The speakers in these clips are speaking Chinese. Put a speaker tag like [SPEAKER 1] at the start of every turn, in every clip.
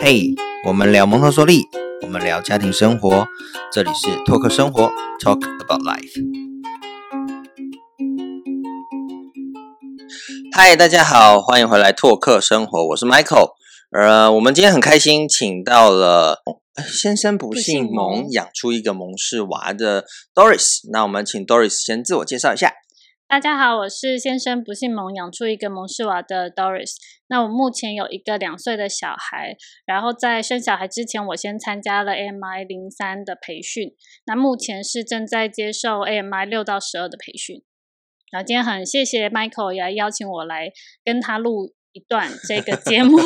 [SPEAKER 1] 嘿、我们聊蒙特梭利，我们聊家庭生活，这里是托克生活 （Talk About Life）。嗨，大家好，欢迎回来拓客生活，我是 Michael。呃，我们今天很开心，请到了哎先生不姓
[SPEAKER 2] 不姓蒙
[SPEAKER 1] 蒙，养出一个蒙氏娃的 Doris。那我们请 Doris 先自我介绍一下。
[SPEAKER 2] 大家好，我是先生不姓蒙，养出一个蒙氏娃的 Doris。那我目前有一个两岁的小孩，然后在生小孩之前，我先参加了 AMI 零三的培训，那目前是正在接受 AMI 六到十二的培训。然后今天很谢谢 Michael 也来邀请我来跟他录一段这个节目。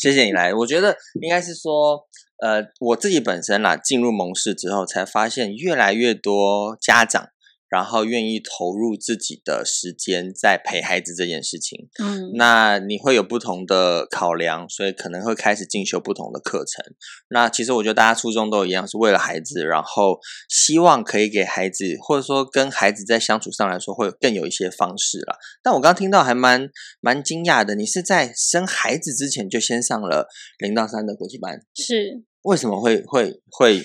[SPEAKER 1] 谢谢你来，我觉得应该是说，呃，我自己本身啦，进入蒙氏之后，才发现越来越多家长，然后愿意投入自己的时间在陪孩子这件事情。
[SPEAKER 2] 嗯，
[SPEAKER 1] 那你会有不同的考量，所以可能会开始进修不同的课程。那其实我觉得大家初衷都一样，是为了孩子，然后希望可以给孩子，或者说跟孩子在相处上来说，会更有一些方式啦。但我刚听到还蛮蛮惊讶的，你是在生孩子之前就先上了零到三的国际班，
[SPEAKER 2] 是，
[SPEAKER 1] 为什么会会会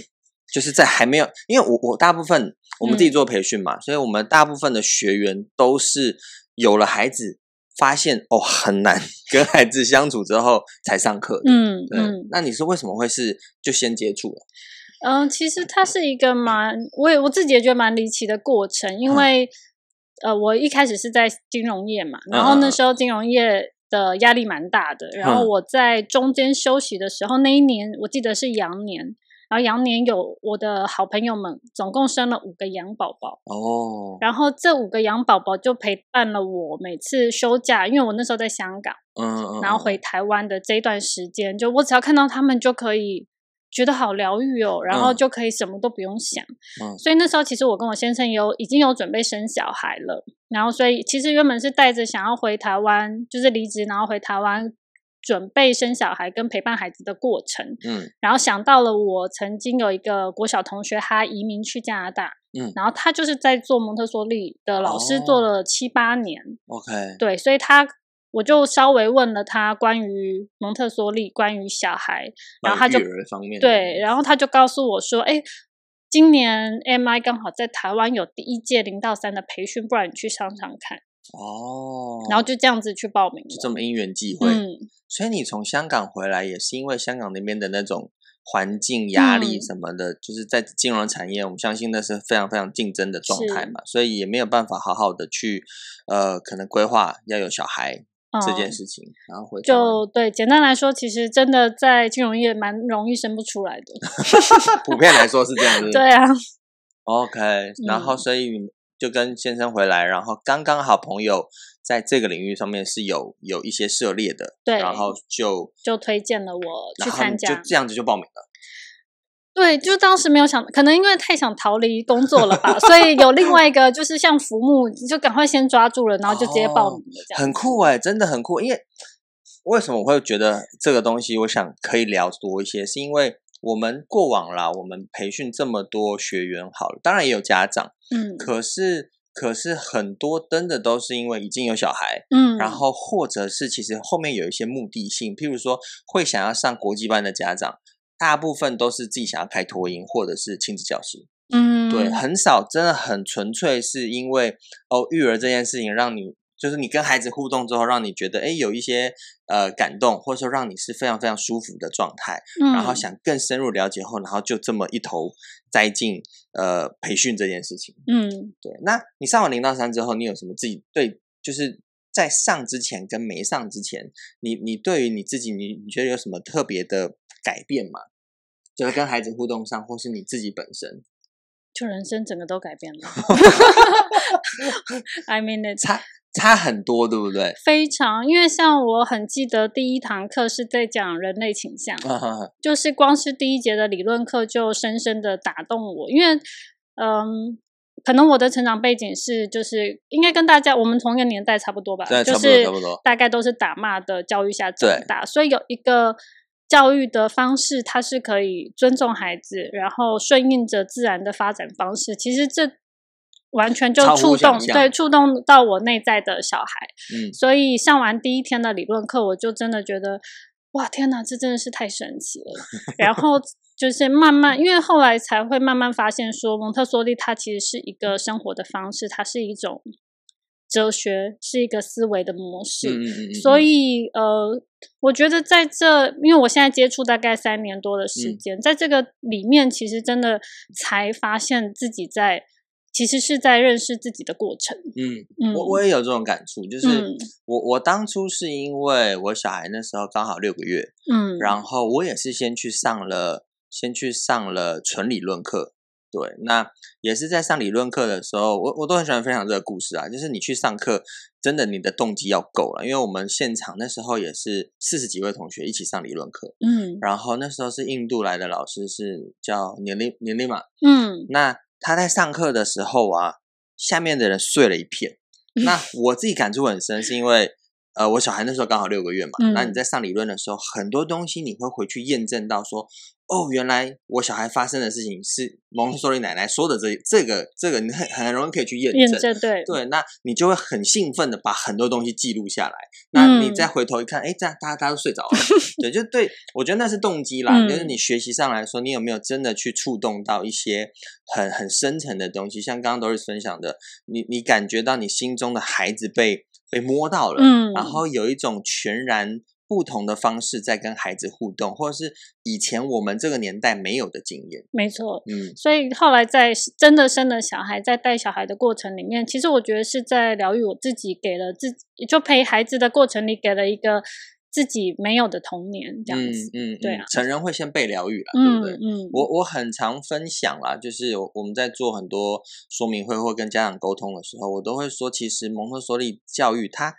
[SPEAKER 1] 就是在还没有？因为我我大部分我们自己
[SPEAKER 2] 嗯
[SPEAKER 1] 做培训嘛，所以我们大部分的学员都是有了孩子，发现哦很难跟孩子相处之后才上课的。
[SPEAKER 2] 嗯
[SPEAKER 1] 对，
[SPEAKER 2] 嗯。
[SPEAKER 1] 那你是为什么会是就先接触了？
[SPEAKER 2] 嗯，其实它是一个蛮，我也我自己也觉得蛮离奇的过程，因
[SPEAKER 1] 嗯
[SPEAKER 2] 为、呃，我一开始是在金融业嘛，然后
[SPEAKER 1] 嗯嗯
[SPEAKER 2] 那
[SPEAKER 1] 嗯
[SPEAKER 2] 时候金融业的压力蛮大的，然后
[SPEAKER 1] 嗯
[SPEAKER 2] 我在中间休息的时候，那一年我记得是羊年，然后羊年有我的好朋友们总共生了五个羊宝宝，
[SPEAKER 1] 哦，
[SPEAKER 2] 然后这五个羊宝宝就陪伴了我每次休假，因为我那时候在香港。
[SPEAKER 1] 嗯嗯，
[SPEAKER 2] 然后回台湾的这一段时间，就我只要看到他们就可以觉得好疗愈哦，然后
[SPEAKER 1] 嗯
[SPEAKER 2] 就可以什么都不用想。
[SPEAKER 1] 嗯
[SPEAKER 2] 所以那时候其实我跟我先生有已经有准备生小孩了，然后所以其实原本是带着想要回台湾，就是离职然后回台湾。准备生小孩跟陪伴孩子的过程，
[SPEAKER 1] 嗯
[SPEAKER 2] 然后想到了我曾经有一个国小同学，他移民去加拿大，
[SPEAKER 1] 嗯
[SPEAKER 2] 然后他就是在做蒙特梭利的老师，
[SPEAKER 1] 哦
[SPEAKER 2] 做了七八年，
[SPEAKER 1] ，OK，
[SPEAKER 2] 对，所以他我就稍微问了他关于蒙特梭利、关于小孩，然后他
[SPEAKER 1] 关于
[SPEAKER 2] 就
[SPEAKER 1] 育儿方面的
[SPEAKER 2] 对，然后他就告诉我说：“哎，今年 MI 刚好在台湾有第一届零到三的培训，不然你去上上看。
[SPEAKER 1] 哦，
[SPEAKER 2] 然后就这样子去报名
[SPEAKER 1] 就
[SPEAKER 2] 了。
[SPEAKER 1] 这么因缘际会，
[SPEAKER 2] 嗯，
[SPEAKER 1] 所以你从香港回来也是因为香港那边的那种环境压力
[SPEAKER 2] 嗯
[SPEAKER 1] 什么的，就是在金融产业，我们相信那是非常非常竞争的状态
[SPEAKER 2] 是
[SPEAKER 1] 嘛，所以也没有办法好好的去呃，可能规划要有小孩这件
[SPEAKER 2] 嗯
[SPEAKER 1] 事情，然后回台湾
[SPEAKER 2] 就对，简单来说，其实真的在金融业蛮容易生不出来的。
[SPEAKER 1] 普遍来说是这样子。
[SPEAKER 2] 对啊，
[SPEAKER 1] ，OK，然后
[SPEAKER 2] 嗯
[SPEAKER 1] 所以你就跟先生回来，然后刚刚好朋友在这个领域上面是有有一些涉猎的，
[SPEAKER 2] 对
[SPEAKER 1] 然后就
[SPEAKER 2] 就推荐了我去
[SPEAKER 1] 然后
[SPEAKER 2] 参
[SPEAKER 1] 你
[SPEAKER 2] 加。
[SPEAKER 1] 就这样子就报名了，
[SPEAKER 2] 对，就当时没有想，可能因为太想逃离工作了吧，所以有另外一个就是像浮木，就赶快先抓住了，然后就直接报
[SPEAKER 1] 哦
[SPEAKER 2] 名了，这样、
[SPEAKER 1] 很酷哎、真的很酷，因为。为什么我会觉得这个东西，我想可以聊多一些，是因为我们过往啦，我们培训这么多学员好了，当然也有家长，
[SPEAKER 2] 嗯
[SPEAKER 1] 可是可是很多真的都是因为已经有小孩，
[SPEAKER 2] 嗯，
[SPEAKER 1] 然后或者是其实后面有一些目的性，譬如说会想要上国际班的家长，大部分都是自己想要开托婴或者是亲子教室，
[SPEAKER 2] 嗯，
[SPEAKER 1] 对，很少真的很纯粹是因为哦育儿这件事情让你。就是你跟孩子互动之后，让你觉得哎有一些呃感动，或者说让你是非常非常舒服的状态，
[SPEAKER 2] 嗯，
[SPEAKER 1] 然后想更深入了解后，然后就这么一头栽进呃培训这件事情。
[SPEAKER 2] 嗯，
[SPEAKER 1] 对，那你上完零到三之后，你有什么自己对，就是在上之前跟没上之前，你你对于你自己，你你觉得有什么特别的改变吗？就是跟孩子互动上，或是你自己本身
[SPEAKER 2] 就人生整个都改 变了，I mean it。
[SPEAKER 1] 差差很多，对不 对？
[SPEAKER 2] 非常，因为像我很记得第一堂课是在讲人类倾 向，就是光是第一节的理论课就深深的打动我，因为嗯，可能我的成长背景是就是应该跟大家我们同一个年代差不多吧，
[SPEAKER 1] 对
[SPEAKER 2] 就
[SPEAKER 1] 差不多
[SPEAKER 2] 是
[SPEAKER 1] 差不多
[SPEAKER 2] 大概都是打骂的教育下长
[SPEAKER 1] 对
[SPEAKER 2] 大，所以有一个。教育的方式，它是可以尊重孩子，然后顺应着自然的发展方式。其实这完全就
[SPEAKER 1] 超乎
[SPEAKER 2] 触动，
[SPEAKER 1] 想象
[SPEAKER 2] 对，触动到我内在的小孩。
[SPEAKER 1] 嗯，
[SPEAKER 2] 所以上完第一天的理论课，我就真的觉得，哇，天哪，这真的是太神 奇了。然后就是慢慢，因为后来才会慢慢发现说，蒙特梭利它其实是一个生活的方式，它是一种哲学，是一个思维的模式。
[SPEAKER 1] 嗯嗯嗯嗯，
[SPEAKER 2] 所以呃，我觉得在这，因为我现在接触大概三年多的时
[SPEAKER 1] 嗯
[SPEAKER 2] 间，在这个里面，其实真的才发现自己在，其实是在认识自己的过程。
[SPEAKER 1] 嗯，
[SPEAKER 2] 嗯，
[SPEAKER 1] 我我也有这种感触，就是
[SPEAKER 2] 嗯
[SPEAKER 1] 我我当初是因为我小孩那时候刚好六个月，
[SPEAKER 2] 嗯，
[SPEAKER 1] 然后我也是先去上了，先去上了纯理论课。对，那也是在上理论课的时候，我我都很喜欢分享这个故事啊。就是你去上课，真的你的动机要够了，因为我们现场那时候也是四十几位同学一起上理论课，
[SPEAKER 2] 嗯
[SPEAKER 1] 然后那时候是印度来的老师，是叫年龄年龄嘛。
[SPEAKER 2] 嗯
[SPEAKER 1] 那他在上课的时候啊，下面的人睡了一片。那我自己感触很深，是因为呃，我小孩那时候刚好六个月嘛。那你
[SPEAKER 2] 嗯
[SPEAKER 1] 在上理论的时候，很多东西你会回去验证到说，哦，原来我小孩发生的事情是蒙特梭利奶奶说的这这个这个，你很很容易可以去验
[SPEAKER 2] 验证对，
[SPEAKER 1] 对，那你就会很兴奋的把很多东西记录下来。那你
[SPEAKER 2] 嗯
[SPEAKER 1] 再回头一看，哎、这样大家大家都睡 着了。对，就对我觉得那是动机啦，就是
[SPEAKER 2] 嗯
[SPEAKER 1] 你学习上来说，你有没有真的去触动到一些很很深层的东西？像刚刚都是分享的，你你感觉到你心中的孩子被被摸到了，
[SPEAKER 2] 嗯，
[SPEAKER 1] 然后有一种全然。不同的方式在跟孩子互动，或者是以前我们这个年代没有的经验。
[SPEAKER 2] 没错。
[SPEAKER 1] 嗯
[SPEAKER 2] 所以后来在真的生了小孩，在带小孩的过程里面，其实我觉得是在疗愈我自己，给了自己就陪孩子的过程里，给了一个自己没有的童年这样
[SPEAKER 1] 嗯
[SPEAKER 2] 子。
[SPEAKER 1] 嗯，
[SPEAKER 2] 对
[SPEAKER 1] 嗯
[SPEAKER 2] 啊
[SPEAKER 1] 成人会先被疗愈了，对
[SPEAKER 2] 嗯
[SPEAKER 1] 不对？
[SPEAKER 2] 嗯，
[SPEAKER 1] 我我很常分享啦，就是我我们在做很多说明会或跟家长沟通的时候，我都会说，其实蒙特梭利教育它，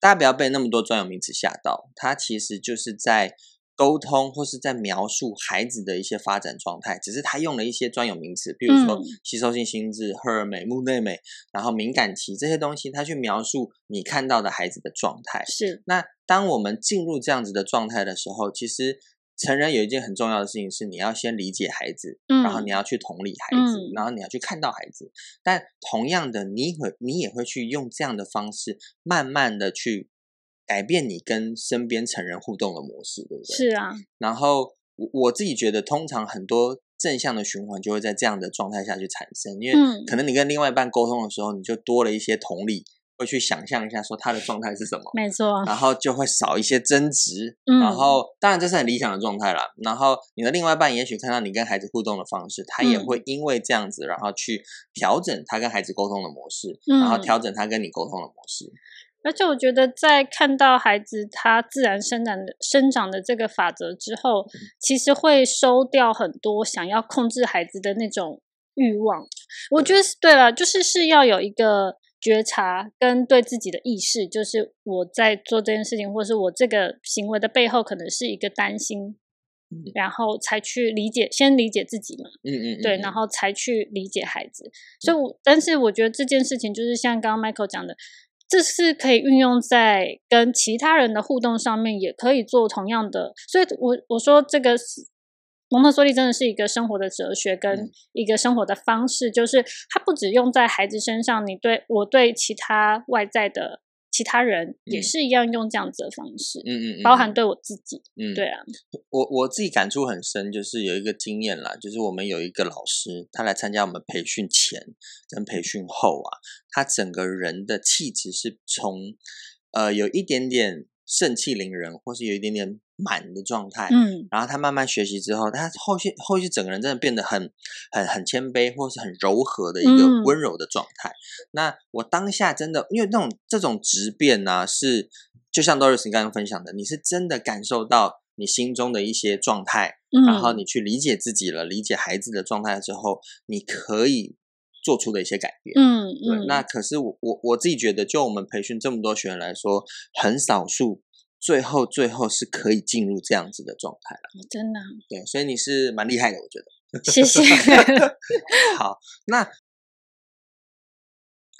[SPEAKER 1] 大家不要被那么多专有名词吓到，它其实就是在沟通或是在描述孩子的一些发展状态，只是他用了一些专有名词，比如说
[SPEAKER 2] 嗯
[SPEAKER 1] 吸收性心智、赫尔美、木内美，然后敏感期这些东西，他去描述你看到的孩子的状态。
[SPEAKER 2] 是
[SPEAKER 1] 那当我们进入这样子的状态的时候，其实成人有一件很重要的事情是，你要先理解孩子，
[SPEAKER 2] 嗯，
[SPEAKER 1] 然后你要去同理孩子，
[SPEAKER 2] 嗯
[SPEAKER 1] 然后你要去看到孩子。但同样的，你会你也会去用这样的方式，慢慢的去改变你跟身边成人互动的模式，对不对？。
[SPEAKER 2] 是啊，
[SPEAKER 1] 然后我我自己觉得，通常很多正向的循环就会在这样的状态下去产生，因为
[SPEAKER 2] 嗯
[SPEAKER 1] 可能你跟另外一半沟通的时候，你就多了一些同理，会去想象一下说他的状态是什么。
[SPEAKER 2] 没错，
[SPEAKER 1] 然后就会少一些争执，然
[SPEAKER 2] 嗯
[SPEAKER 1] 后当然这是很理想的状态啦。然后你的另外一半也许看到你跟孩子互动的方式，他也
[SPEAKER 2] 嗯
[SPEAKER 1] 会因为这样子，然后去调整他跟孩子沟通的模式，然后
[SPEAKER 2] 嗯
[SPEAKER 1] 调整他跟你沟通的模式。
[SPEAKER 2] 而且我觉得，在看到孩子他自然生长的生长的这个法则之后，其实会收掉很多想要控制孩子的那种欲望。我觉得是对了，就是是要有一个觉察跟对自己的意识，就是我在做这件事情，或是我这个行为的背后，可能是一个担心
[SPEAKER 1] 嗯。
[SPEAKER 2] 然后才去理解，先理解自己嘛，
[SPEAKER 1] 嗯嗯嗯，
[SPEAKER 2] 对，
[SPEAKER 1] 嗯
[SPEAKER 2] 然后才去理解孩子。所以我，但是我觉得这件事情就是像刚刚 Michael 讲的，这是可以运用在跟其他人的互动上面，也可以做同样的。所以我，我说这个是蒙特梭利真的是一个生活的哲学跟
[SPEAKER 1] 嗯
[SPEAKER 2] 一个生活的方式，就是它不只用在孩子身上，你对我对其他外在的其他人也
[SPEAKER 1] 嗯
[SPEAKER 2] 是一样用这样子的方式，
[SPEAKER 1] 嗯嗯嗯，
[SPEAKER 2] 包含对我自己。
[SPEAKER 1] 嗯
[SPEAKER 2] 对啊，
[SPEAKER 1] 我我自己感触很深，就是有一个经验啦，就是我们有一个老师，他来参加我们培训前跟培训后啊，他整个人的气质是从呃有一点点盛气凌人，或是有一点点满的状态，
[SPEAKER 2] 嗯
[SPEAKER 1] 然后他慢慢学习之后，他后续后续整个人真的变得很很很谦卑，或是很柔和的一个
[SPEAKER 2] 嗯
[SPEAKER 1] 温柔的状态。那我当下真的，因为那种这种质变呢、是就像 Doris 你刚刚分享的，你是真的感受到你心中的一些状态，
[SPEAKER 2] 嗯，
[SPEAKER 1] 然后你去理解自己了，理解孩子的状态之后，你可以做出的一些改变。
[SPEAKER 2] 嗯
[SPEAKER 1] 对，
[SPEAKER 2] 嗯，
[SPEAKER 1] 那可是我我我自己觉得，就我们培训这么多学员来说，很少数最后最后是可以进入这样子的状态了。
[SPEAKER 2] 真的啊
[SPEAKER 1] 对，所以你是蛮厉害的，我觉得。
[SPEAKER 2] 谢谢。
[SPEAKER 1] 好，那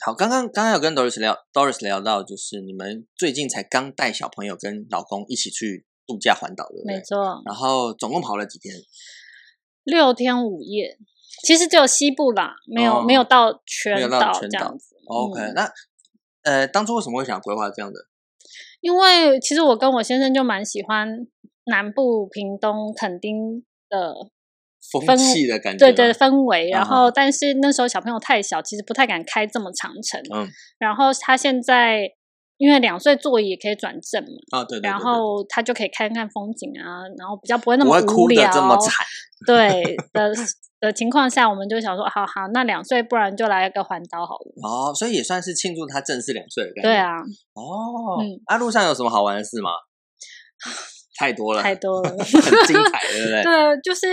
[SPEAKER 1] 好，刚刚刚刚有跟 Doris 聊，Doris 聊到就是你们最近才刚带小朋友跟老公一起去度假环岛，对不
[SPEAKER 2] 没嗯
[SPEAKER 1] 对？
[SPEAKER 2] 错，
[SPEAKER 1] 然后总共跑了几天？
[SPEAKER 2] 六天五夜，其实只有西部啦，没有、
[SPEAKER 1] 哦
[SPEAKER 2] 没有到
[SPEAKER 1] 没有
[SPEAKER 2] 全
[SPEAKER 1] 到
[SPEAKER 2] 岛
[SPEAKER 1] 全
[SPEAKER 2] 这
[SPEAKER 1] 岛
[SPEAKER 2] 样子。
[SPEAKER 1] OK，、
[SPEAKER 2] 嗯
[SPEAKER 1] 那呃，当初为什么会想规划这样的？
[SPEAKER 2] 因为其实我跟我先生就蛮喜欢南部、屏东、垦丁的
[SPEAKER 1] 风
[SPEAKER 2] 分
[SPEAKER 1] 气的感觉
[SPEAKER 2] 对
[SPEAKER 1] 吗，
[SPEAKER 2] 对氛围，然
[SPEAKER 1] 啊哈
[SPEAKER 2] 后但是那时候小朋友太小，其实不太敢开这么长程。
[SPEAKER 1] 嗯，
[SPEAKER 2] 然后他现在因为两岁座椅也可以转正嘛，
[SPEAKER 1] 啊，对对对对
[SPEAKER 2] 然后他就可以看看风景啊，然后比较不会那
[SPEAKER 1] 不
[SPEAKER 2] 么
[SPEAKER 1] 会
[SPEAKER 2] 无
[SPEAKER 1] 哭的
[SPEAKER 2] 聊。
[SPEAKER 1] 这么惨
[SPEAKER 2] 对的的情况下，我们就想说，好好，那两岁不然就来个环岛好了。
[SPEAKER 1] 哦，所以也算是庆祝他正式两岁的感觉。
[SPEAKER 2] 对，啊，
[SPEAKER 1] 哦，
[SPEAKER 2] 嗯
[SPEAKER 1] 啊，路上有什么好玩的事吗？太多了，
[SPEAKER 2] 太 多了。
[SPEAKER 1] 很精彩，对不对？
[SPEAKER 2] 对，就是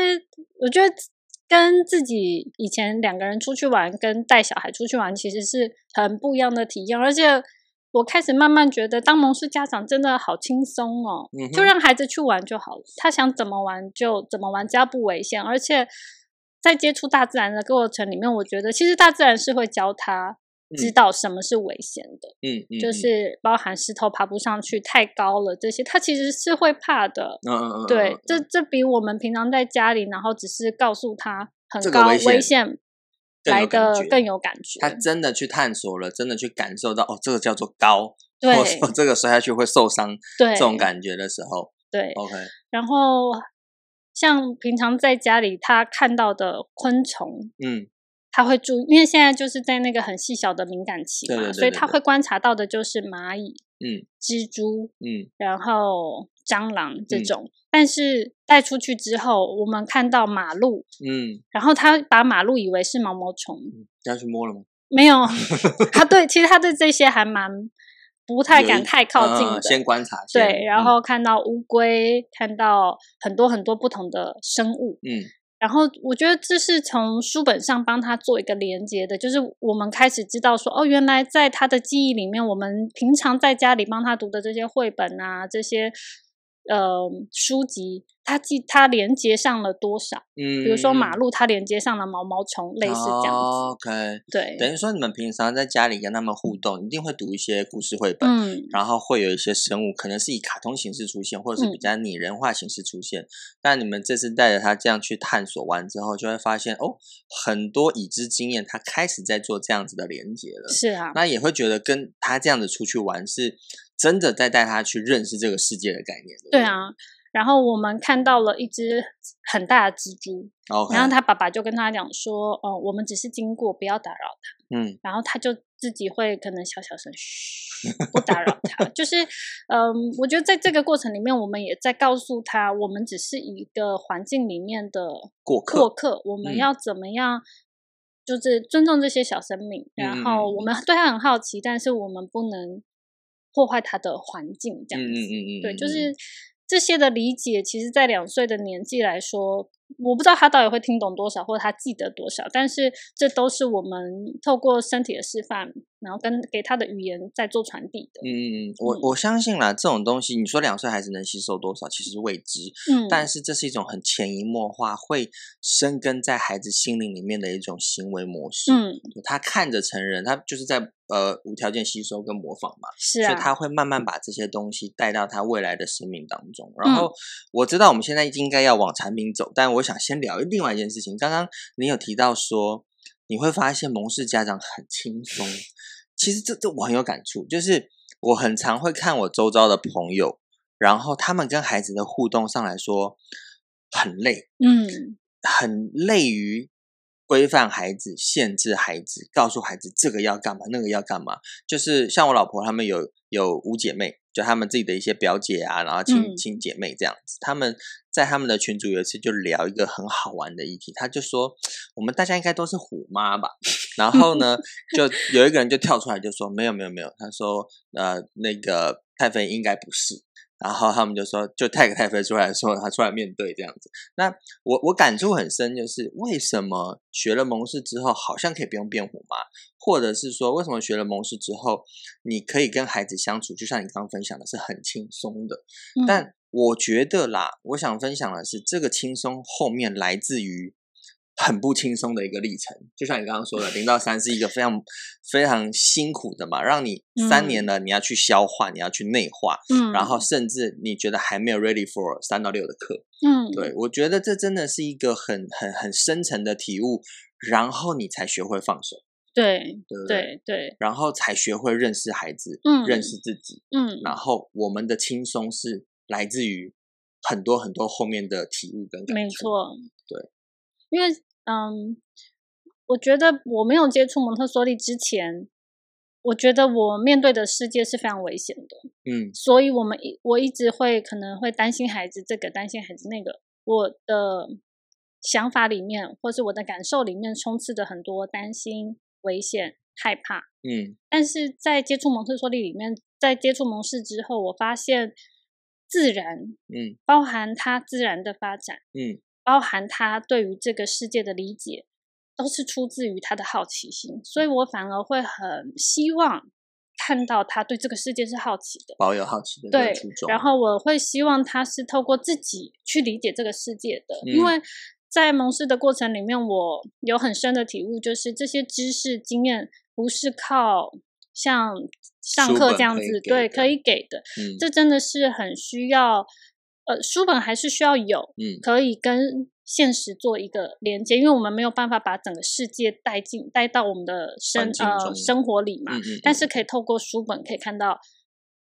[SPEAKER 2] 我觉得跟自己以前两个人出去玩，跟带小孩出去玩，其实是很不一样的体验。而且我开始慢慢觉得，当蒙氏家长真的好轻松哦，
[SPEAKER 1] 嗯哼
[SPEAKER 2] 就让孩子去玩就好了，他想怎么玩就怎么玩，只要不危险，而且。在接触大自然的过程里面，我觉得其实大自然是会教他知
[SPEAKER 1] 嗯
[SPEAKER 2] 道什么是危险的。
[SPEAKER 1] 嗯嗯，
[SPEAKER 2] 就
[SPEAKER 1] 嗯
[SPEAKER 2] 是包含石头爬不上去、太高了这些，他其实是会怕的。
[SPEAKER 1] 嗯嗯嗯，
[SPEAKER 2] 对
[SPEAKER 1] 嗯，
[SPEAKER 2] 这这比我们平常在家里，然后只是告诉他很
[SPEAKER 1] 这个
[SPEAKER 2] 高
[SPEAKER 1] 危险
[SPEAKER 2] 险
[SPEAKER 1] 更有
[SPEAKER 2] 来
[SPEAKER 1] 感
[SPEAKER 2] 的
[SPEAKER 1] 觉
[SPEAKER 2] 更有感觉。
[SPEAKER 1] 他真的去探索了，真的去感受到哦，这个叫做高，
[SPEAKER 2] 对
[SPEAKER 1] 或者说这个摔下去会受伤
[SPEAKER 2] 对，
[SPEAKER 1] 这种感哦觉的时候
[SPEAKER 2] 对。
[SPEAKER 1] ，OK，
[SPEAKER 2] 然后像平常在家里他看到的昆虫，
[SPEAKER 1] 嗯，
[SPEAKER 2] 他会注意，因为现在就是在那个很细小的敏感期嘛，
[SPEAKER 1] 对对对
[SPEAKER 2] 所以
[SPEAKER 1] 对
[SPEAKER 2] 他
[SPEAKER 1] 对
[SPEAKER 2] 会观察到的就是蚂蚁、
[SPEAKER 1] 嗯
[SPEAKER 2] 蜘蛛、
[SPEAKER 1] 嗯，
[SPEAKER 2] 然后蟑螂这
[SPEAKER 1] 嗯
[SPEAKER 2] 种。但是带出去之后，我们看到马路，
[SPEAKER 1] 嗯，
[SPEAKER 2] 然后他把马路以为是毛毛虫，
[SPEAKER 1] 要去摸了吗？
[SPEAKER 2] 没 有，他对其实他对这些还蛮不太
[SPEAKER 1] 有
[SPEAKER 2] 敢
[SPEAKER 1] 一
[SPEAKER 2] 太靠近
[SPEAKER 1] 嗯
[SPEAKER 2] 的。
[SPEAKER 1] 嗯先观察先，嗯
[SPEAKER 2] 对，然后看到乌龟，看到很多很多不同的生物，
[SPEAKER 1] 嗯
[SPEAKER 2] 然后我觉得这是从书本上帮他做一个连接的，就是我们开始知道说，哦，原来在他的记忆里面，我们平常在家里帮他读的这些绘本啊，这些呃书籍，他记他连接上了多少？
[SPEAKER 1] 嗯，
[SPEAKER 2] 比如说马
[SPEAKER 1] 嗯
[SPEAKER 2] 路，他连接上了毛毛虫，类似这样子。
[SPEAKER 1] 哦 OK，
[SPEAKER 2] 对，
[SPEAKER 1] 等于说你们平常在家里跟他们互动，一定会读一些故事绘本，
[SPEAKER 2] 嗯，
[SPEAKER 1] 然后会有一些生物，可能是以卡通形式出现，或者是比
[SPEAKER 2] 嗯
[SPEAKER 1] 较拟人化形式出现。但你们这次带着他这样去探索完之后，就会发现哦，很多已知经验，他开始在做这样子的连接了。
[SPEAKER 2] 是啊，
[SPEAKER 1] 那也会觉得跟他这样子出去玩，是真的在带他去认识这个世界的概念。
[SPEAKER 2] 对啊。然后我们看到了一只很大的蜘蛛，
[SPEAKER 1] 不对，
[SPEAKER 2] 然后
[SPEAKER 1] 他
[SPEAKER 2] 他爸爸就跟他讲说，哦，我们只是经过，不要打扰他。
[SPEAKER 1] 嗯
[SPEAKER 2] 然后他就自己会可能小小声嘘，不打扰他。就是，嗯，我觉得在这个过程里面，我们也在告诉他，我们只是一个环境里面的
[SPEAKER 1] 过客
[SPEAKER 2] 过客，我们
[SPEAKER 1] 嗯
[SPEAKER 2] 要怎么样，就是尊重这些小生命。然后
[SPEAKER 1] 嗯
[SPEAKER 2] 我们对他很好奇，但是我们不能破坏他的环境，这
[SPEAKER 1] 嗯嗯
[SPEAKER 2] 样子。
[SPEAKER 1] 嗯嗯，
[SPEAKER 2] 对，
[SPEAKER 1] 嗯
[SPEAKER 2] 就是这些的理解，其实，在两岁的年纪来说，我不知道他到底会听懂多少，或者他记得多少，但是这都是我们透过身体的示范，然后跟给他的语言在做传递的。
[SPEAKER 1] 嗯嗯，嗯我
[SPEAKER 2] 嗯
[SPEAKER 1] 我相信啦，这种东西，你说两岁孩子能吸收多少，其实是未知，
[SPEAKER 2] 嗯，
[SPEAKER 1] 但是这是一种很潜移默化，会生根在孩子心灵里面的一种行为模式。
[SPEAKER 2] 嗯
[SPEAKER 1] 他看着成人，他就是在呃无条件吸收跟模仿嘛，
[SPEAKER 2] 是
[SPEAKER 1] 所
[SPEAKER 2] 啊，
[SPEAKER 1] 以他会慢慢把这些东西带到他未来的生命当中。然
[SPEAKER 2] 嗯
[SPEAKER 1] 后我知道我们现在应该要往产品走，但我想先聊另外一件事情。刚刚你有提到说，你会发现蒙氏家长很轻松，其实这这我很有感触，就是我很常会看我周遭的朋友，然后他们跟孩子的互动上来说很累，
[SPEAKER 2] 嗯
[SPEAKER 1] 很累于规范孩子、限制孩子，告诉孩子这个要干嘛，那个要干嘛。就是像我老婆她们有有五姐妹，就她们自己的一些表姐啊，然后亲
[SPEAKER 2] 嗯
[SPEAKER 1] 亲姐妹这样子。她们在她们的群组有一次就聊一个很好玩的议题，她就说我们大家应该都是虎妈吧。然后呢，就有一个人就跳出来就说没有没有没有，他说呃那个太妃应该不是。然后他们就说，就 tag 太妃出来说，他出来面对这样子。那我我感触很深，就是为什么学了蒙氏之后，好像可以不用变虎妈，或者是说，为什么学了蒙氏之后，你可以跟孩子相处，就像你刚刚分享的，是很轻松的。
[SPEAKER 2] 嗯，
[SPEAKER 1] 但我觉得啦，我想分享的是，这个轻松后面来自于很不轻松的一个历程。就像你刚刚说的，零到三是一个非常非常辛苦的嘛，让你三年了，你要去消化，你要去内化，
[SPEAKER 2] 嗯，
[SPEAKER 1] 然后甚至你觉得还没有 ready for 三到六的课。
[SPEAKER 2] 嗯，
[SPEAKER 1] 对我觉得这真的是一个很很很深层的体悟，然后你才学会放手，
[SPEAKER 2] 对
[SPEAKER 1] 对不对？
[SPEAKER 2] 对对，
[SPEAKER 1] 然后才学会认识孩子，
[SPEAKER 2] 嗯，
[SPEAKER 1] 认识自己。
[SPEAKER 2] 嗯
[SPEAKER 1] 然后我们的轻松是来自于很多很多后面的体悟跟感
[SPEAKER 2] 没
[SPEAKER 1] 触，
[SPEAKER 2] 错，
[SPEAKER 1] 对，
[SPEAKER 2] 因为嗯，我觉得我没有接触蒙特梭利之前，我觉得我面对的世界是非常危险的，
[SPEAKER 1] 嗯
[SPEAKER 2] 所以我们一我一直会可能会担心孩子这个，担心孩子那个，我的想法里面或是我的感受里面充斥着很多担心、危险、害怕，
[SPEAKER 1] 嗯
[SPEAKER 2] 但是在接触蒙特梭利里面，在接触蒙氏之后，我发现自然
[SPEAKER 1] 嗯
[SPEAKER 2] 包含它自然的发展。
[SPEAKER 1] 嗯
[SPEAKER 2] 包含他对于这个世界的理解，都是出自于他的好奇心，所以我反而会很希望看到他对这个世界是好奇的。
[SPEAKER 1] 保有好奇的这
[SPEAKER 2] 对
[SPEAKER 1] 个初衷，，
[SPEAKER 2] 然后我会希望他是透过自己去理解这个世界的，因
[SPEAKER 1] 嗯
[SPEAKER 2] 为在蒙氏的过程里面，我有很深的体悟，就是这些知识经验不是靠像上
[SPEAKER 1] 书
[SPEAKER 2] 课
[SPEAKER 1] 本
[SPEAKER 2] 这样
[SPEAKER 1] 可以
[SPEAKER 2] 子，
[SPEAKER 1] 给
[SPEAKER 2] 对，
[SPEAKER 1] 的
[SPEAKER 2] 可以给的，
[SPEAKER 1] 嗯
[SPEAKER 2] 这真的是很需要，呃，书本还是需要有，
[SPEAKER 1] 嗯
[SPEAKER 2] 可以跟现实做一个连接，因为我们没有办法把整个世界带进带到我们的生
[SPEAKER 1] 环境
[SPEAKER 2] 呃
[SPEAKER 1] 中
[SPEAKER 2] 生活里嘛，
[SPEAKER 1] 嗯嗯，
[SPEAKER 2] 但
[SPEAKER 1] 嗯
[SPEAKER 2] 是可以透过书本可以看到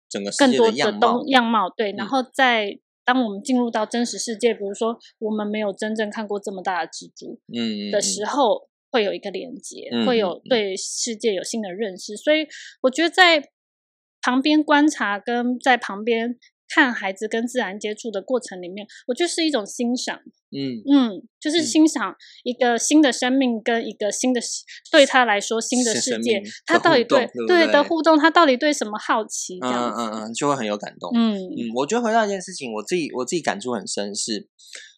[SPEAKER 1] 整个世
[SPEAKER 2] 更
[SPEAKER 1] 界
[SPEAKER 2] 多
[SPEAKER 1] 的样貌
[SPEAKER 2] 东，样貌，对，
[SPEAKER 1] 嗯
[SPEAKER 2] 然后再当我们进入到真实世界，比如说我们没有真正看过这么大的蜘蛛
[SPEAKER 1] 嗯嗯
[SPEAKER 2] 的时候。会有一个连接，
[SPEAKER 1] 嗯嗯
[SPEAKER 2] 会有
[SPEAKER 1] 嗯
[SPEAKER 2] 对世界有新的认识，所以我觉得在旁边观察跟在旁边看孩子跟自然接触的过程里面，我觉得是一种欣赏，
[SPEAKER 1] 嗯嗯
[SPEAKER 2] 嗯，就是
[SPEAKER 1] 嗯
[SPEAKER 2] 欣赏一个新的生命跟一个新的世对他来说新的
[SPEAKER 1] 是
[SPEAKER 2] 世
[SPEAKER 1] 生
[SPEAKER 2] 界
[SPEAKER 1] 命，
[SPEAKER 2] 他
[SPEAKER 1] 的
[SPEAKER 2] 到
[SPEAKER 1] 互
[SPEAKER 2] 底对
[SPEAKER 1] 动对不
[SPEAKER 2] 的
[SPEAKER 1] 对
[SPEAKER 2] 互动，他到底对什么好奇这
[SPEAKER 1] 嗯
[SPEAKER 2] 样子，
[SPEAKER 1] 嗯嗯，就会很有感动。
[SPEAKER 2] 嗯
[SPEAKER 1] 嗯，我觉得回到一件事情，我自己我自己感触很深是，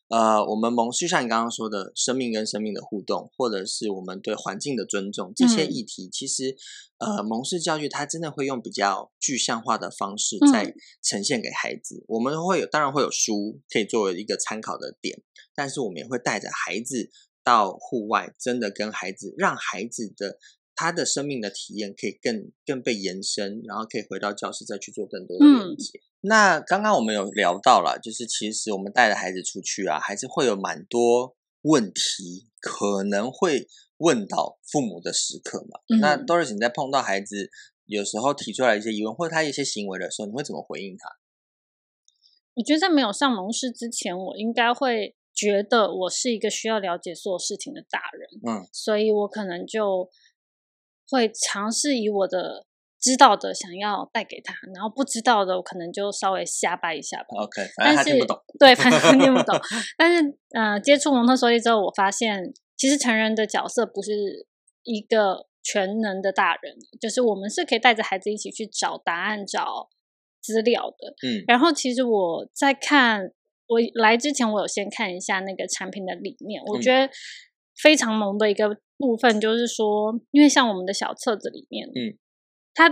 [SPEAKER 1] 呃，我们蒙就像你刚刚说的，生命跟生命的互动，或者是我们对环境的尊重这些
[SPEAKER 2] 嗯
[SPEAKER 1] 议题，其实呃，蒙氏教育它真的会用比较具象化的方式
[SPEAKER 2] 嗯
[SPEAKER 1] 在呈现给孩子。我们会有当然会有书可以作为一个参考的点，但是我们也会带着孩子到户外，真的跟孩子，让孩子的他的生命的体验可以更更被延伸，然后可以回到教室再去做更多的
[SPEAKER 2] 嗯
[SPEAKER 1] 连接。那刚刚我们有聊到了，就是其实我们带着孩子出去啊，还是会有蛮多问题可能会问到父母的时刻嘛。那
[SPEAKER 2] 嗯
[SPEAKER 1] Doris，你在碰到孩子有时候提出来一些疑问，或者他一些行为的时候，你会怎么回应他？
[SPEAKER 2] 我觉得在没有上蒙氏之前，我应该会觉得我是一个需要了解所有事情的大人，
[SPEAKER 1] 嗯
[SPEAKER 2] 所以我可能就会尝试以我的知道的想要带给他，然后不知道的我可能就稍微瞎掰一下吧。
[SPEAKER 1] ，OK，反正
[SPEAKER 2] 但是
[SPEAKER 1] 哎他听不懂。
[SPEAKER 2] 对，反正听不懂。 但是，呃，接触蒙特梭利之后，我发现其实成人的角色不是一个全能的大人，就是我们是可以带着孩子一起去找答案、找资料的。
[SPEAKER 1] 嗯
[SPEAKER 2] 然后其实我在看，我来之前我有先看一下那个产品的理念，我
[SPEAKER 1] 嗯
[SPEAKER 2] 觉得非常萌的一个部分就是说，因为像我们的小册子里面，
[SPEAKER 1] 嗯，
[SPEAKER 2] 它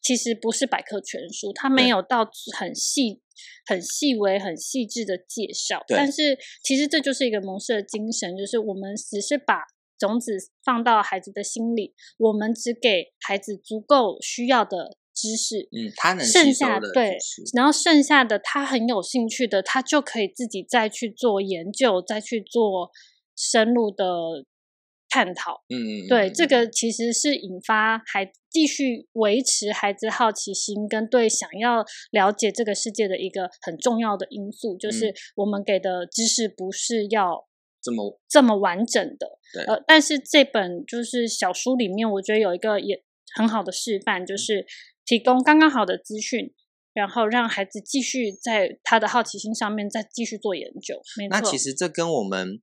[SPEAKER 2] 其实不是百科全书，它没
[SPEAKER 1] 对
[SPEAKER 2] 有到很细、很细微、很细致的介绍，
[SPEAKER 1] 对
[SPEAKER 2] 但是其实这就是一个蒙氏的精神，就是我们只是把。种子放到孩子的心里，我们只给孩子足够需要的知识，
[SPEAKER 1] 嗯，他能
[SPEAKER 2] 剩
[SPEAKER 1] 吸收
[SPEAKER 2] 下
[SPEAKER 1] 的
[SPEAKER 2] 对
[SPEAKER 1] 知识
[SPEAKER 2] 然后剩下的他很有兴趣的，他就可以自己再去做研究，再去做深入的探讨。
[SPEAKER 1] 嗯嗯，
[SPEAKER 2] 对，
[SPEAKER 1] 嗯
[SPEAKER 2] 这个其实是引发孩继续维持孩子好奇心跟对想要了解这个世界的一个很重要的因素，就是
[SPEAKER 1] 嗯
[SPEAKER 2] 我们给的知识不是要
[SPEAKER 1] 这么
[SPEAKER 2] 这么完整的。
[SPEAKER 1] 对
[SPEAKER 2] 呃，但是这本就是小书里面，我觉得有一个也很好的示范，
[SPEAKER 1] 嗯
[SPEAKER 2] 就是提供刚刚好的资讯，然后让孩子继续在他的好奇心上面再继续做研究。没错，
[SPEAKER 1] 那其实这跟我们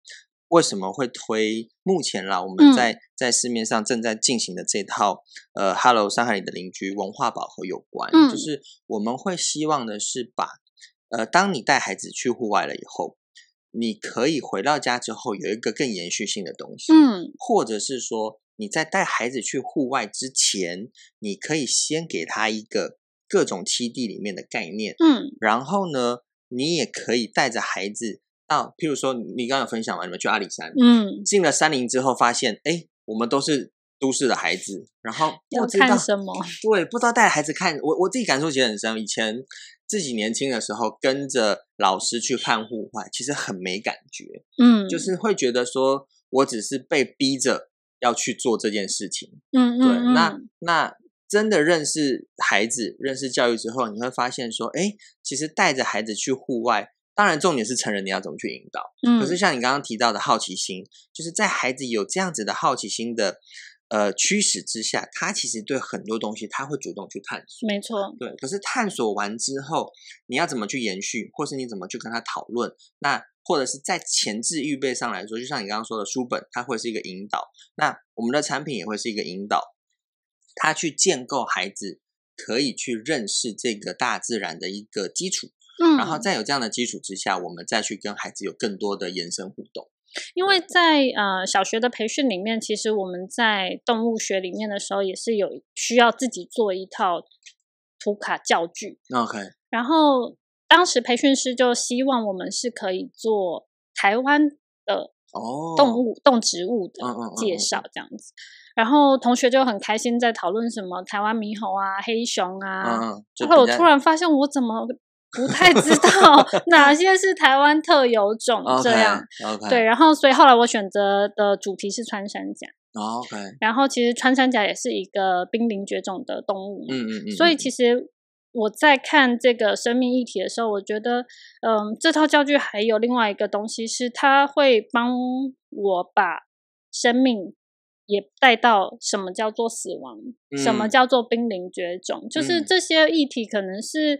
[SPEAKER 1] 为什么会推目前啦，我
[SPEAKER 2] 嗯
[SPEAKER 1] 们在、在市面上正在进行的这套呃，Hello 上海里的邻居文化饱和有关，
[SPEAKER 2] 嗯
[SPEAKER 1] 就是我们会希望的是把呃，当你带孩子去户外了以后，你可以回到家之后有一个更延续性的东西，
[SPEAKER 2] 嗯
[SPEAKER 1] 或者是说你在带孩子去户外之前，你可以先给他一个各种七地里面的概念，
[SPEAKER 2] 嗯
[SPEAKER 1] 然后呢，你也可以带着孩子到，譬如说你刚刚有分享嘛，你们去阿里山，
[SPEAKER 2] 嗯，
[SPEAKER 1] 进了山林之后，发现哎，诶我们都是都市的孩子，然后
[SPEAKER 2] 要
[SPEAKER 1] 不知道
[SPEAKER 2] 看什 么？
[SPEAKER 1] 对，不知道带孩子看，我我自己感受其实很深。以前自己年轻的时候，跟着老师去看户外，其实很没感觉，
[SPEAKER 2] 嗯，
[SPEAKER 1] 就是会觉得说我只是被逼着要去做这件事情。
[SPEAKER 2] 嗯
[SPEAKER 1] 对，
[SPEAKER 2] 嗯
[SPEAKER 1] 那
[SPEAKER 2] 嗯，
[SPEAKER 1] 那真的认识孩子、认识教育之后，你会发现说，哎，其实带着孩子去户外，当然重点是成人你要怎么去引导。
[SPEAKER 2] 嗯
[SPEAKER 1] 可是像你刚刚提到的好奇心，就是在孩子有这样子的好奇心的呃驱使之下，他其实对很多东西他会主动去探索。
[SPEAKER 2] 没错，
[SPEAKER 1] 对，可是探索完之后，你要怎么去延续，或是你怎么去跟他讨论？那或者是在前置预备上来说，就像你刚刚说的，书本它会是一个引导，那我们的产品也会是一个引导，它去建构孩子可以去认识这个大自然的一个基础。
[SPEAKER 2] 嗯，
[SPEAKER 1] 然后再有这样的基础之下，我们再去跟孩子有更多的延伸互动。
[SPEAKER 2] 因为在呃小学的培训里面，其实我们在动物学里面的时候，也是有需要自己做一套图卡教具。
[SPEAKER 1] OK，
[SPEAKER 2] 然后当时培训师就希望我们是可以做台湾的
[SPEAKER 1] 哦，
[SPEAKER 2] 动物、动植物的
[SPEAKER 1] 嗯嗯嗯
[SPEAKER 2] 介
[SPEAKER 1] 嗯
[SPEAKER 2] 绍这样子。然后同学就很开心在讨论什么台湾猕猴啊、黑熊啊，
[SPEAKER 1] 嗯嗯，就
[SPEAKER 2] 然后我
[SPEAKER 1] 比较
[SPEAKER 2] 突然发现我怎么不太知道哪些是台湾特有 种这样。
[SPEAKER 1] OK，嗯
[SPEAKER 2] 对，然后所以后来我选择的主题是穿山甲，
[SPEAKER 1] 哦，OK，嗯
[SPEAKER 2] 然后其实穿山甲也是一个濒临绝种的动物
[SPEAKER 1] 嗯
[SPEAKER 2] 嘛，
[SPEAKER 1] 嗯嗯，
[SPEAKER 2] 所以
[SPEAKER 1] 嗯
[SPEAKER 2] 其实我在看这个生命议题的时候，我觉得，嗯，这套教具还有另外一个东西是，它会帮我把生命也带到什么叫做死亡，什么
[SPEAKER 1] 嗯
[SPEAKER 2] 叫做濒临绝种，就是
[SPEAKER 1] 嗯
[SPEAKER 2] 这些议题可能是。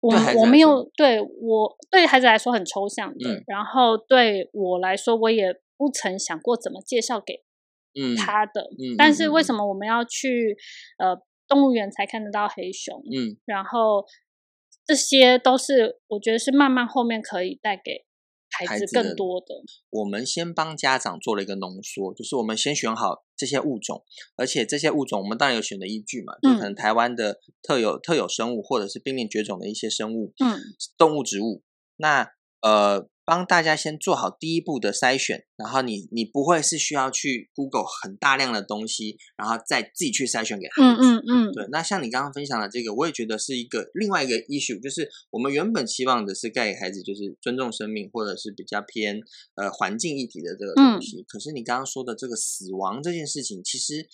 [SPEAKER 2] 我
[SPEAKER 1] 对孩子
[SPEAKER 2] 我
[SPEAKER 1] 来
[SPEAKER 2] 没
[SPEAKER 1] 说
[SPEAKER 2] 有对我对孩子来说很抽象的，
[SPEAKER 1] 嗯
[SPEAKER 2] 然后对我来说，我也不曾想过怎么介绍给
[SPEAKER 1] 嗯
[SPEAKER 2] 他的。
[SPEAKER 1] 嗯
[SPEAKER 2] 但是为
[SPEAKER 1] 么？
[SPEAKER 2] 什么我们要去呃动物园才看得到黑熊？
[SPEAKER 1] 嗯
[SPEAKER 2] 然后这些都是我觉得是慢慢后面可以带给孩
[SPEAKER 1] 孩
[SPEAKER 2] 子
[SPEAKER 1] 子
[SPEAKER 2] 更
[SPEAKER 1] 的
[SPEAKER 2] 多的。
[SPEAKER 1] 我们先帮家长做了一个浓缩，就是我们先选好这些物种，而且这些物种我们当然有选择依据嘛，就
[SPEAKER 2] 嗯
[SPEAKER 1] 可能台湾的特有特有生物或者是濒临绝种的一些生物，
[SPEAKER 2] 嗯，
[SPEAKER 1] 动物植物。那呃，帮大家先做好第一步的筛选，然后你你不会是需要去 Google 很大量的东西，然后再自己去筛选给孩
[SPEAKER 2] 嗯
[SPEAKER 1] 子。
[SPEAKER 2] 嗯嗯，
[SPEAKER 1] 对，那像你刚刚分享的这个，我也觉得是一个另外一个 issue，就是我们原本期望的是带给孩子就是尊重生命，或者是比较偏呃环境议题的这个
[SPEAKER 2] 嗯
[SPEAKER 1] 东西。可是你刚刚说的这个死亡这件事情，其实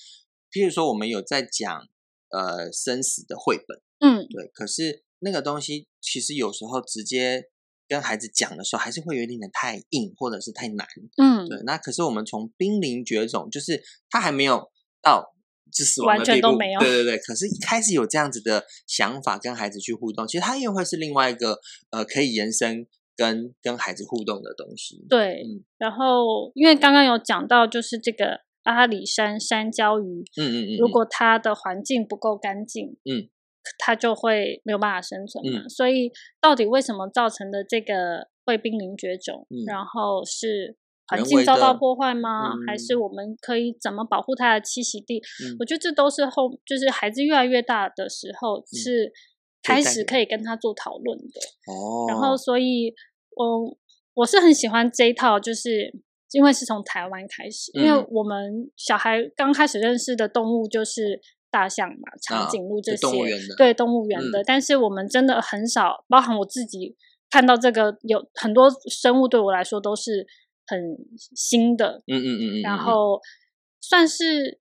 [SPEAKER 1] 譬如说我们有在讲呃生死的绘本，
[SPEAKER 2] 嗯，
[SPEAKER 1] 对，可是那个东西其实有时候直接跟孩子讲的时候，还是会有一点点太硬，或者是太难。
[SPEAKER 2] 嗯，
[SPEAKER 1] 对，那可是我们从濒临绝种，就是他还没有到致死
[SPEAKER 2] 完
[SPEAKER 1] 亡的
[SPEAKER 2] 全
[SPEAKER 1] 地
[SPEAKER 2] 都
[SPEAKER 1] 步，
[SPEAKER 2] 没有
[SPEAKER 1] 对对对。可是一开始有这样子的想法跟孩子去互动，其实他又会是另外一个呃可以延伸跟跟孩子互动的东西。
[SPEAKER 2] 对
[SPEAKER 1] 嗯
[SPEAKER 2] 然后因为刚刚有讲到，就是这个阿里山山椒鱼，
[SPEAKER 1] 嗯嗯嗯，
[SPEAKER 2] 如
[SPEAKER 1] 嗯
[SPEAKER 2] 果它的环境不够干净，
[SPEAKER 1] 嗯，
[SPEAKER 2] 它就会没有办法生存嘛。所以到底为什么造成的这个会濒临绝种？
[SPEAKER 1] 嗯
[SPEAKER 2] 然后是环
[SPEAKER 1] 人
[SPEAKER 2] 境
[SPEAKER 1] 为
[SPEAKER 2] 遭到
[SPEAKER 1] 的
[SPEAKER 2] 破坏吗？还是
[SPEAKER 1] 嗯
[SPEAKER 2] 我们可以怎么保护它的栖息地？
[SPEAKER 1] 嗯嗯
[SPEAKER 2] 我觉得这都是后，就是孩子越来越大的时候是。
[SPEAKER 1] 可以
[SPEAKER 2] 开
[SPEAKER 1] 带
[SPEAKER 2] 始
[SPEAKER 1] 给
[SPEAKER 2] 可以跟他做讨论的，
[SPEAKER 1] 哦，
[SPEAKER 2] 然后所以，我我是很喜欢这一套，就是因为是从台湾开始，因为
[SPEAKER 1] 嗯
[SPEAKER 2] 我们小孩刚开始认识的动物就是大象嘛、长
[SPEAKER 1] 啊
[SPEAKER 2] 颈鹿这
[SPEAKER 1] 就
[SPEAKER 2] 些，
[SPEAKER 1] 动物园的嗯
[SPEAKER 2] 对动物园的、但是我们真的很少，包含我自己看到这个有很多生物对我来说都是很新的，
[SPEAKER 1] 嗯嗯嗯嗯，
[SPEAKER 2] 然
[SPEAKER 1] 嗯
[SPEAKER 2] 后算是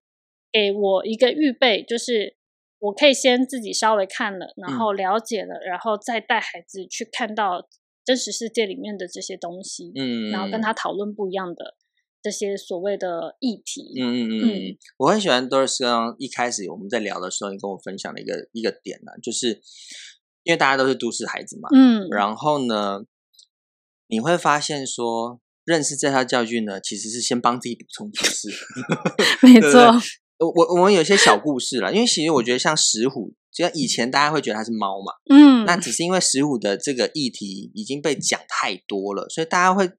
[SPEAKER 2] 给我一个预备，就是我可以先自己稍微看了，然
[SPEAKER 1] 嗯
[SPEAKER 2] 后了解了，然后再带孩子去看到真实世界里面的这些东西，
[SPEAKER 1] 嗯，
[SPEAKER 2] 然后
[SPEAKER 1] 嗯
[SPEAKER 2] 跟他讨论不一样的这些所谓的议题。
[SPEAKER 1] 嗯嗯嗯嗯嗯，我很喜欢 Doris 刚刚一开始我们在聊的时候，你跟我分享的一个一个点呢、就是因为大家都是都市孩子嘛，
[SPEAKER 2] 嗯，
[SPEAKER 1] 然后呢，你会发现说，认识这套教具呢，其实是先帮自己补充知识。
[SPEAKER 2] 没
[SPEAKER 1] 对
[SPEAKER 2] 错，
[SPEAKER 1] 对我我我们有一些小故事啦，因为其实我觉得像石虎，就像以前大家会觉得它是猫嘛，
[SPEAKER 2] 嗯，
[SPEAKER 1] 那只是因为石虎的这个议题已经被讲太多了，所以大家会。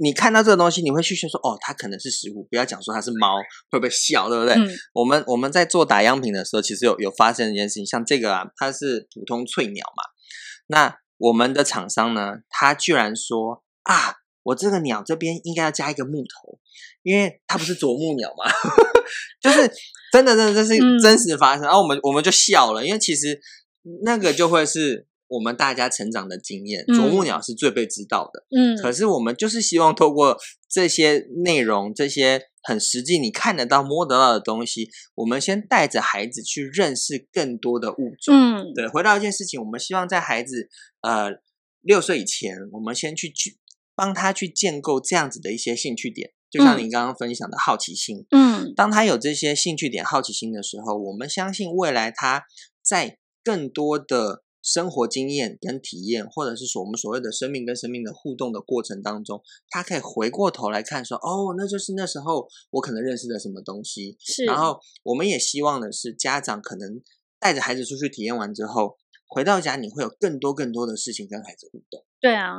[SPEAKER 1] 你看到这个东西，你会去说哦，它可能是石虎，不要讲说它是猫，会被笑，对不对？
[SPEAKER 2] 嗯
[SPEAKER 1] 我们我们在做打样品的时候，其实有有发生一件事情，像这个啊，它是普通翠鸟嘛，那我们的厂商呢，他居然说啊，我这个鸟这边应该要加一个木头，因为它不是啄木鸟嘛， 就是真的真的这是
[SPEAKER 2] 嗯
[SPEAKER 1] 真实发生，然后我们我们就笑了，因为其实那个就会是我们大家成长的经验，啄木鸟是最被知道的，
[SPEAKER 2] 嗯，
[SPEAKER 1] 可是我们就是希望透过这些内容，这些很实际你看得到、摸得到的东西，我们先带着孩子去认识更多的物种。
[SPEAKER 2] 嗯，
[SPEAKER 1] 对，回到一件事情，我们希望在孩子呃六岁以前，我们先去去帮他去建构这样子的一些兴趣点，就像
[SPEAKER 2] 嗯
[SPEAKER 1] 您刚刚分享的好奇心。
[SPEAKER 2] 嗯，
[SPEAKER 1] 当他有这些兴趣点、好奇心的时候，我们相信未来他在更多的生活经验跟体验，或者是所我们所谓的生命跟生命的互动的过程当中，他可以回过头来看说，哦，那就是那时候我可能认识的什么东西。
[SPEAKER 2] 是，
[SPEAKER 1] 然后我们也希望的是，家长可能带着孩子出去体验完之后，回到家你会有更多更多的事情跟孩子互动。
[SPEAKER 2] 对啊，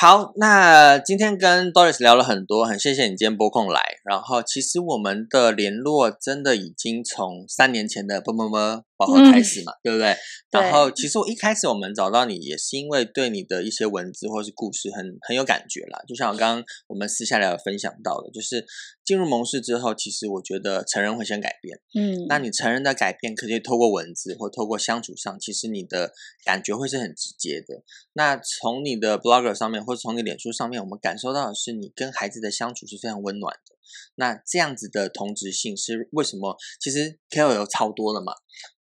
[SPEAKER 1] 好，那今天跟 Doris 聊了很多，很谢谢你今天拨空来。然后，其实我们的联络真的已经从三年前的“啵啵啵”饱和开始嘛，对不对？然后，其实我一开始我们找到你，也是因为对你的一些文字或是故事很很有感觉啦。就像我刚刚我们私下聊有分享到的，就是进入蒙氏之后，其实我觉得成人会先改变。
[SPEAKER 2] 嗯，
[SPEAKER 1] 那你成人的改变，可以透过文字或透过相处上，其实你的感觉会是很直接的。那从你的 blogger 上面，或者从你脸书上面，我们感受到的是你跟孩子的相处是非常温暖的。那这样子的同质性是为什么？其实 KOL 有超多了嘛，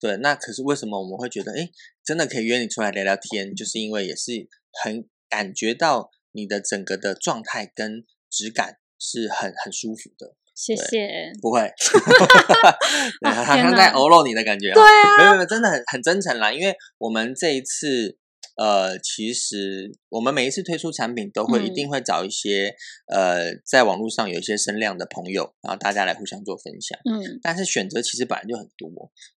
[SPEAKER 1] 对。那可是为什么我们会觉得，诶，真的可以约你出来聊聊天，就是因为也是很感觉到你的整个的状态跟质感是很很舒服的。
[SPEAKER 2] 谢谢，
[SPEAKER 1] 不 会，对好
[SPEAKER 2] 天
[SPEAKER 1] 像
[SPEAKER 2] 哪
[SPEAKER 1] 在欧露你的感觉、哦。
[SPEAKER 2] 对
[SPEAKER 1] 啊，没有没有，真的很很真诚啦。因为我们这一次，呃，其实我们每一次推出产品都会、一
[SPEAKER 2] 嗯
[SPEAKER 1] 定会找一些呃，在网络上有一些声量的朋友，然后大家来互相做分享。
[SPEAKER 2] 嗯
[SPEAKER 1] 但是选择其实本来就很多，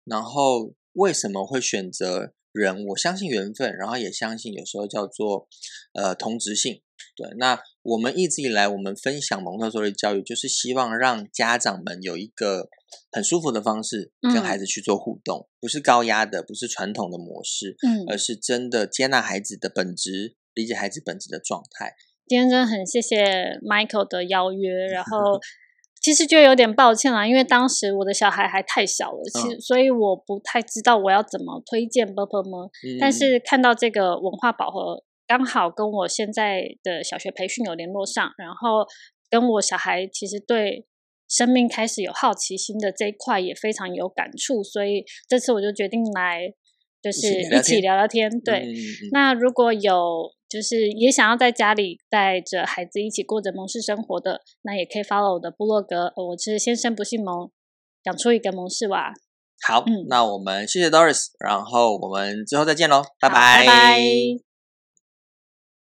[SPEAKER 1] 然后为什么会选择人？我相信缘分，然后也相信有时候叫做呃同质性。对，那我们一直以来，我们分享蒙特梭利教育，就是希望让家长们有一个很舒服的方式跟孩
[SPEAKER 2] 嗯
[SPEAKER 1] 子去做互动，不是高压的，不是传统的模式，
[SPEAKER 2] 嗯，
[SPEAKER 1] 而是真的接纳孩子的本质，理解孩子本质的状态。
[SPEAKER 2] 今天真的很谢谢 Michael 的邀约，然 后其实就有点抱歉啦，因为当时我的小孩还太小了，其实所以我不太知道我要怎么推荐 b u r p l e 么，但
[SPEAKER 1] 嗯
[SPEAKER 2] 是看到这个文化饱和刚好跟我现在的小学培训有联络上，然后跟我小孩其实对。生命开始有好奇心的这一块也非常有感触，所以这次我就决定来，就
[SPEAKER 1] 起
[SPEAKER 2] 是
[SPEAKER 1] 聊聊
[SPEAKER 2] 一起
[SPEAKER 1] 天
[SPEAKER 2] 聊聊天。对，
[SPEAKER 1] 嗯嗯嗯
[SPEAKER 2] 那如果有就是也想要在家里带着孩子一起过着蒙氏生活的，那也可以 follow 我的部落格，呃我是先生不姓蒙，养出一个蒙氏娃。
[SPEAKER 1] 好，
[SPEAKER 2] 嗯
[SPEAKER 1] 那我们谢谢 Doris，然后我们之后再见喽，拜
[SPEAKER 2] 好拜拜